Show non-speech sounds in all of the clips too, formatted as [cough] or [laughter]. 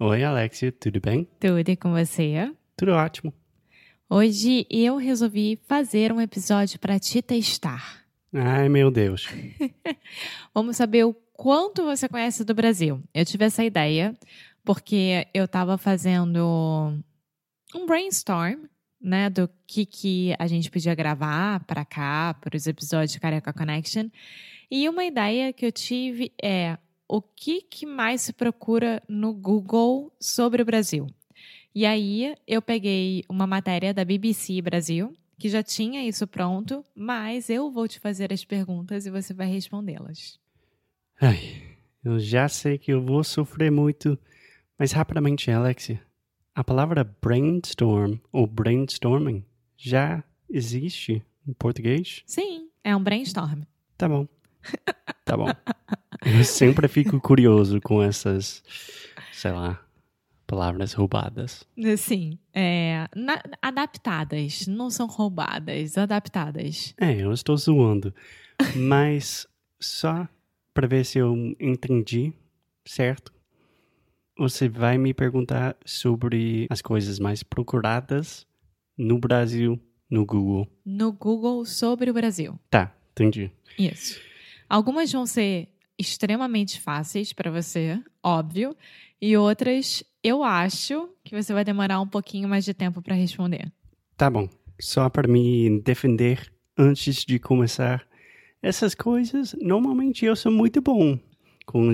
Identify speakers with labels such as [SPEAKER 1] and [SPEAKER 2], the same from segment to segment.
[SPEAKER 1] Oi, Alexia, tudo bem?
[SPEAKER 2] Tudo com você?
[SPEAKER 1] Tudo ótimo.
[SPEAKER 2] Hoje eu resolvi fazer um episódio para te testar.
[SPEAKER 1] Ai, meu Deus.
[SPEAKER 2] Vamos saber o quanto você conhece do Brasil. Eu tive essa ideia porque eu estava fazendo um brainstorm, né, do que, que a gente podia gravar para cá, para os episódios de Careca Connection. E uma ideia que eu tive é o que, que mais se procura no Google sobre o Brasil. E aí eu peguei uma matéria da BBC Brasil, que já tinha isso pronto, mas eu vou te fazer as perguntas e você vai respondê-las.
[SPEAKER 1] Ai, eu já sei que eu vou sofrer muito, mas rapidamente, Alexia. A palavra brainstorm ou brainstorming já existe em português?
[SPEAKER 2] Sim, é um brainstorm.
[SPEAKER 1] Tá bom. Tá bom. Eu sempre fico curioso com essas, sei lá, palavras roubadas.
[SPEAKER 2] Sim, é, na- adaptadas, não são roubadas, adaptadas.
[SPEAKER 1] É, eu estou zoando. Mas só para ver se eu entendi certo, você vai me perguntar sobre as coisas mais procuradas no Brasil no Google.
[SPEAKER 2] No Google sobre o Brasil.
[SPEAKER 1] Tá, entendi.
[SPEAKER 2] Isso. Algumas vão ser extremamente fáceis para você, óbvio, e outras eu acho que você vai demorar um pouquinho mais de tempo para responder.
[SPEAKER 1] Tá bom. Só para me defender antes de começar. Essas coisas, normalmente eu sou muito bom com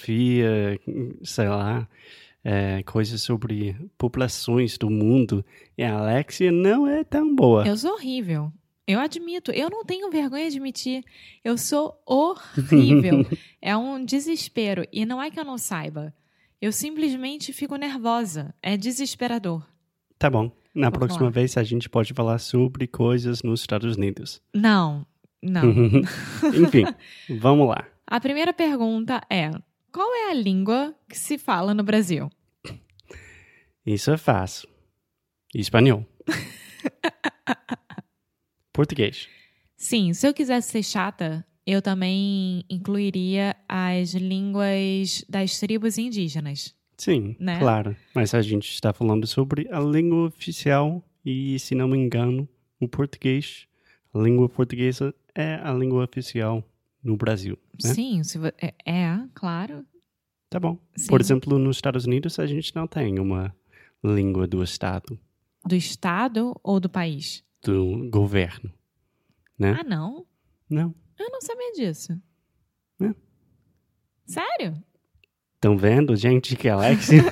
[SPEAKER 1] geografia, sei lá, é, coisas sobre populações do mundo. E a Alexia não é tão boa.
[SPEAKER 2] Eu sou horrível. Eu admito, eu não tenho vergonha de admitir. Eu sou horrível. é um desespero. E não é que eu não saiba. Eu simplesmente fico nervosa. É desesperador.
[SPEAKER 1] Tá bom. Na
[SPEAKER 2] Vamos
[SPEAKER 1] próxima
[SPEAKER 2] lá.
[SPEAKER 1] vez a gente pode falar sobre coisas nos Estados Unidos.
[SPEAKER 2] Não,
[SPEAKER 1] Uhum.
[SPEAKER 2] não.
[SPEAKER 1] [laughs] Enfim, vamos lá.
[SPEAKER 2] a primeira pergunta é: qual é a língua que se fala no Brasil?
[SPEAKER 1] Isso é fácil. Espanhol. Português.
[SPEAKER 2] Sim, se eu quisesse ser chata, eu também incluiria as línguas das tribos indígenas.
[SPEAKER 1] Sim,
[SPEAKER 2] Né?
[SPEAKER 1] claro. Mas a gente está falando sobre a língua oficial e, se não me engano, o português, a língua portuguesa é a língua oficial no Brasil, né?
[SPEAKER 2] Sim, se vo- é, é, claro.
[SPEAKER 1] Tá bom.
[SPEAKER 2] Sim.
[SPEAKER 1] Por exemplo, nos Estados Unidos a gente não tem uma língua do estado,
[SPEAKER 2] Do estado ou do país?
[SPEAKER 1] do governo. É.
[SPEAKER 2] Ah, não.
[SPEAKER 1] Não.
[SPEAKER 2] Eu não sabia disso.
[SPEAKER 1] É.
[SPEAKER 2] Sério?
[SPEAKER 1] Estão vendo, gente,
[SPEAKER 2] [laughs]
[SPEAKER 1] que Alexia...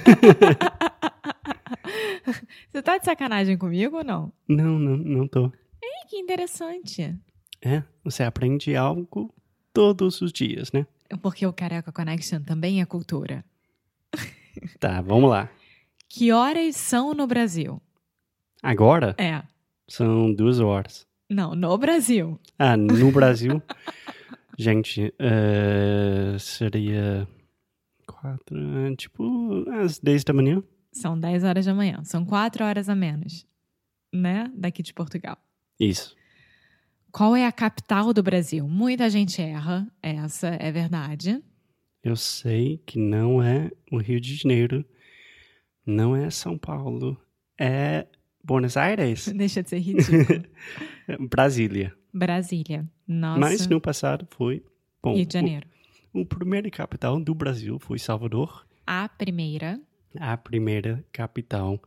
[SPEAKER 2] Você tá de sacanagem comigo ou não?
[SPEAKER 1] não, não, não tô.
[SPEAKER 2] Ih, que interessante.
[SPEAKER 1] É, você aprende algo todos os dias, né?
[SPEAKER 2] Porque o Careca Connection também é cultura.
[SPEAKER 1] Tá, vamos lá.
[SPEAKER 2] Que horas são no Brasil?
[SPEAKER 1] Agora
[SPEAKER 2] É.
[SPEAKER 1] são duas horas.
[SPEAKER 2] Não, no Brasil.
[SPEAKER 1] Ah, no Brasil. gente, eh, seria. Quatro. eh, Tipo, às 10 da manhã.
[SPEAKER 2] São 10 horas da manhã. São 4 horas a menos. Né? Daqui de Portugal.
[SPEAKER 1] Isso.
[SPEAKER 2] Qual é a capital do Brasil? Muita gente erra. Essa é verdade. [laughs]
[SPEAKER 1] Eu sei que não é o Rio de Janeiro. Não é São Paulo. É Buenos Aires. [laughs]
[SPEAKER 2] Deixa de ser ridículo.
[SPEAKER 1] Brasília.
[SPEAKER 2] Brasília. Nossa.
[SPEAKER 1] Mas no passado foi. Bom,
[SPEAKER 2] Rio de Janeiro.
[SPEAKER 1] O, o primeiro capital do Brasil foi Salvador.
[SPEAKER 2] A primeira.
[SPEAKER 1] A primeira capital.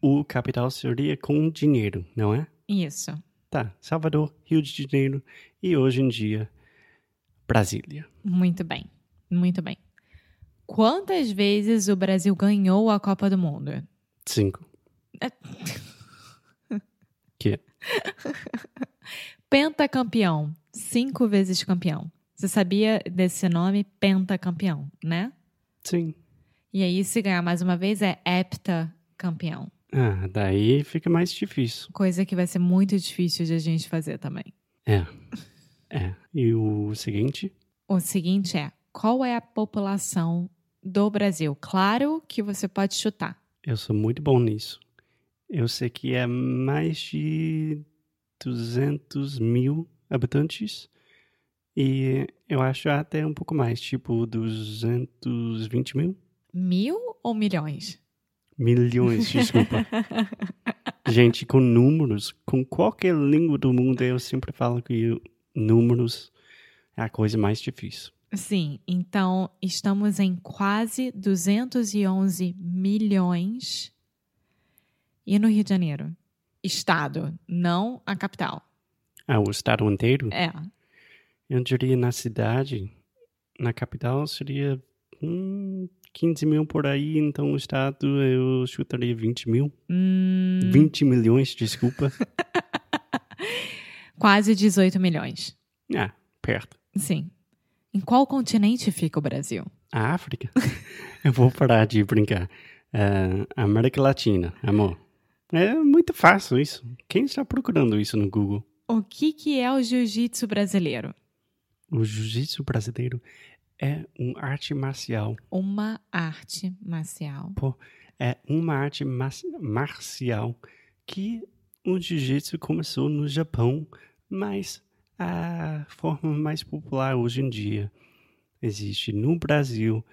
[SPEAKER 1] O capital seria com dinheiro, não é?
[SPEAKER 2] Isso.
[SPEAKER 1] Tá, Salvador, Rio de Janeiro e hoje em dia Brasília.
[SPEAKER 2] Muito bem, muito bem. Quantas vezes o Brasil ganhou a Copa do Mundo?
[SPEAKER 1] Cinco. que?
[SPEAKER 2] Pentacampeão. Cinco vezes campeão. Você sabia desse nome, pentacampeão, né?
[SPEAKER 1] Sim.
[SPEAKER 2] E aí, se ganhar mais uma vez, é heptacampeão.
[SPEAKER 1] Ah, daí fica mais difícil.
[SPEAKER 2] Coisa que vai ser muito difícil de a gente fazer também.
[SPEAKER 1] É. É. E o seguinte?
[SPEAKER 2] O seguinte é: qual é a população do Brasil? Claro que você pode chutar.
[SPEAKER 1] Eu sou muito bom nisso. Eu sei que é mais de 200 mil habitantes. E eu acho até um pouco mais, tipo 220 mil?
[SPEAKER 2] Mil ou milhões?
[SPEAKER 1] Milhões, desculpa. Gente, com números, com qualquer língua do mundo, eu sempre falo que números é a coisa mais difícil.
[SPEAKER 2] Sim, então estamos em quase 211 milhões. E no Rio de Janeiro? Estado, não a capital.
[SPEAKER 1] Ah, o estado inteiro?
[SPEAKER 2] É.
[SPEAKER 1] Eu diria na cidade, na capital seria hum, 15 mil por aí, então o estado eu chutaria 20 mil.
[SPEAKER 2] Hum,
[SPEAKER 1] 20 milhões, desculpa.
[SPEAKER 2] quase 18 milhões.
[SPEAKER 1] ah, perto.
[SPEAKER 2] Sim. Em qual continente fica o Brasil?
[SPEAKER 1] A África? [laughs] eu vou parar de brincar. Ah, América Latina, amor. É muito fácil isso. Quem está procurando isso no Google?
[SPEAKER 2] O que, que é o jiu-jitsu brasileiro?
[SPEAKER 1] O jiu-jitsu brasileiro é uma arte marcial.
[SPEAKER 2] Uma arte marcial.
[SPEAKER 1] É uma arte mas- marcial que o jiu-jitsu começou no Japão, mas a forma mais popular hoje em dia existe no Brasil.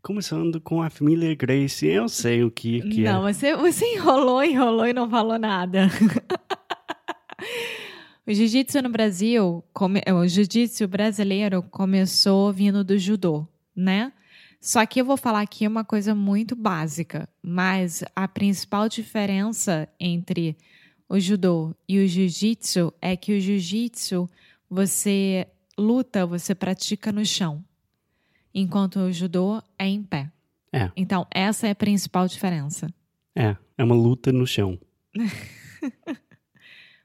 [SPEAKER 1] Começando com a família Gracie, eu sei o que, que é.
[SPEAKER 2] não, você, você enrolou, enrolou e não falou nada. [laughs] o jiu-jitsu no Brasil, come- é, o jiu-jitsu brasileiro começou vindo do judô, né? Só que eu vou falar aqui uma coisa muito básica, mas a principal diferença entre o judô e o jiu-jitsu é que o jiu-jitsu você luta, você pratica no chão, enquanto o judô é em pé.
[SPEAKER 1] É.
[SPEAKER 2] Então, essa é a principal diferença.
[SPEAKER 1] É, é uma luta no chão.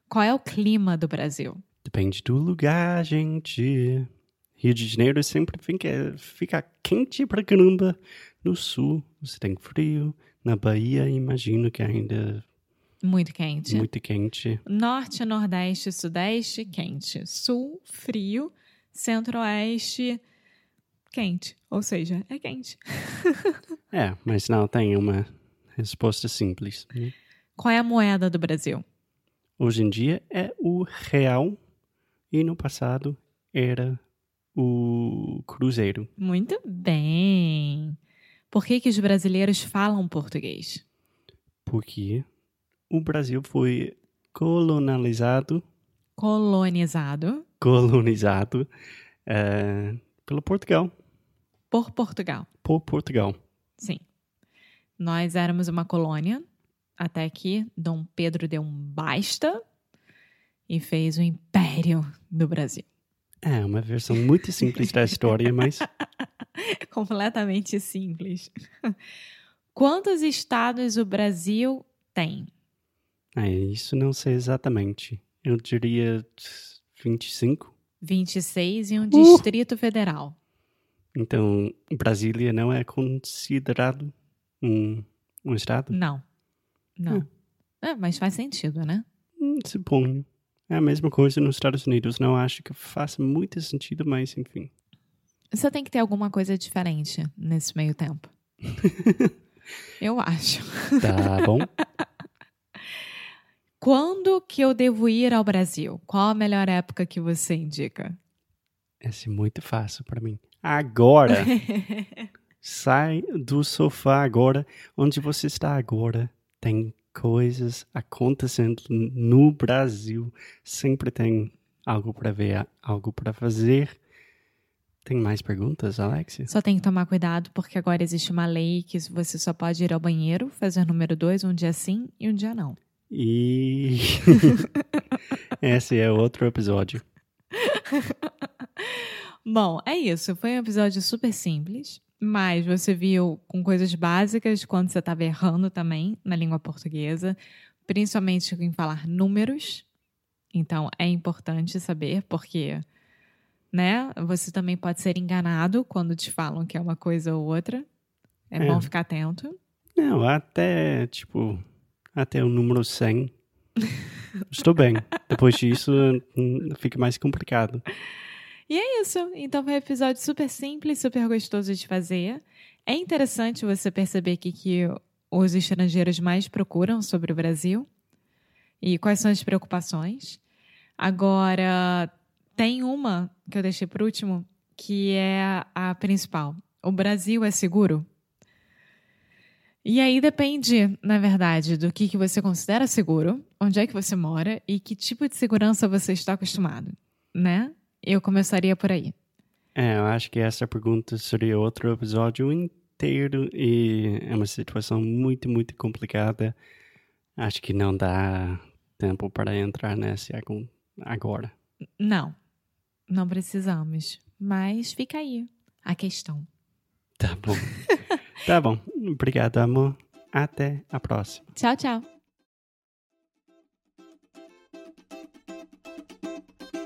[SPEAKER 2] Qual é o clima do Brasil?
[SPEAKER 1] Depende do lugar, gente. Rio de Janeiro sempre fica, fica quente pra caramba. No sul, você tem frio. Na Bahia, imagino que ainda
[SPEAKER 2] Muito quente.
[SPEAKER 1] muito quente.
[SPEAKER 2] Norte, Nordeste, Sudeste, quente. Sul, frio. Centro-Oeste, quente. Ou seja, é quente.
[SPEAKER 1] É, mas não tem uma resposta simples. né?
[SPEAKER 2] Qual é a moeda do Brasil?
[SPEAKER 1] Hoje em dia é o real e no passado era o cruzeiro.
[SPEAKER 2] Muito bem. Por que, que os brasileiros falam português?
[SPEAKER 1] Porque o Brasil foi colonizado
[SPEAKER 2] Colonizado
[SPEAKER 1] [laughs] colonizado eh, pelo Portugal,
[SPEAKER 2] por Portugal.
[SPEAKER 1] por Portugal.
[SPEAKER 2] Sim. Nós éramos uma colônia até que Dom Pedro deu um basta e fez o império do Brasil.
[SPEAKER 1] É uma versão muito simples da história, mas
[SPEAKER 2] [laughs] completamente simples. Quantos estados o Brasil tem?
[SPEAKER 1] é, isso não sei exatamente. Eu diria 25.
[SPEAKER 2] 26 e um
[SPEAKER 1] Uh!
[SPEAKER 2] distrito federal.
[SPEAKER 1] Então, Brasília não é considerado um, um estado?
[SPEAKER 2] Não. Não.
[SPEAKER 1] Hum.
[SPEAKER 2] É, mas faz sentido, né?
[SPEAKER 1] Hum, Suponho. É a mesma coisa nos Estados Unidos. Não acho que faça muito sentido, mas enfim.
[SPEAKER 2] Você tem que ter alguma coisa diferente nesse meio tempo. eu acho.
[SPEAKER 1] Tá bom?
[SPEAKER 2] Quando que eu devo ir ao Brasil? Qual a melhor época que você indica?
[SPEAKER 1] Esse é muito fácil para mim. Agora! Sai do sofá agora, onde você está agora. Tem coisas acontecendo no Brasil. Sempre tem algo para ver, algo para fazer. Tem mais perguntas, Alexia?
[SPEAKER 2] Só tem que tomar cuidado porque agora existe uma lei que você só pode ir ao banheiro, fazer número dois, um dia sim e um dia não.
[SPEAKER 1] E [laughs] Esse é outro episódio.
[SPEAKER 2] Bom, é isso. Foi um episódio super simples, mas você viu com coisas básicas quando você estava errando também na língua portuguesa, principalmente em falar números. Então é importante saber porque, né? Você também pode ser enganado quando te falam que é uma coisa ou outra. É,
[SPEAKER 1] É.
[SPEAKER 2] bom ficar atento.
[SPEAKER 1] Não, até, tipo, até o número 100. Estou bem. Depois disso, hum, fica mais complicado.
[SPEAKER 2] E é isso. Então foi um episódio super simples, super gostoso de fazer. É interessante você perceber o que, que os estrangeiros mais procuram sobre o Brasil e quais são as preocupações. Agora, tem uma que eu deixei por último, que é a principal. O Brasil é seguro? E aí depende, na verdade, do que, que você considera seguro, onde é que você mora e que tipo de segurança você está acostumado, né? Eu começaria por aí.
[SPEAKER 1] É, eu acho que essa pergunta seria outro episódio inteiro e é uma situação muito, muito complicada. Acho que não dá tempo para entrar nessa agu- agora.
[SPEAKER 2] Não, não precisamos. Mas fica aí a questão.
[SPEAKER 1] Tá bom. tá bom. Obrigado, amor. Até a próxima.
[SPEAKER 2] Tchau, tchau.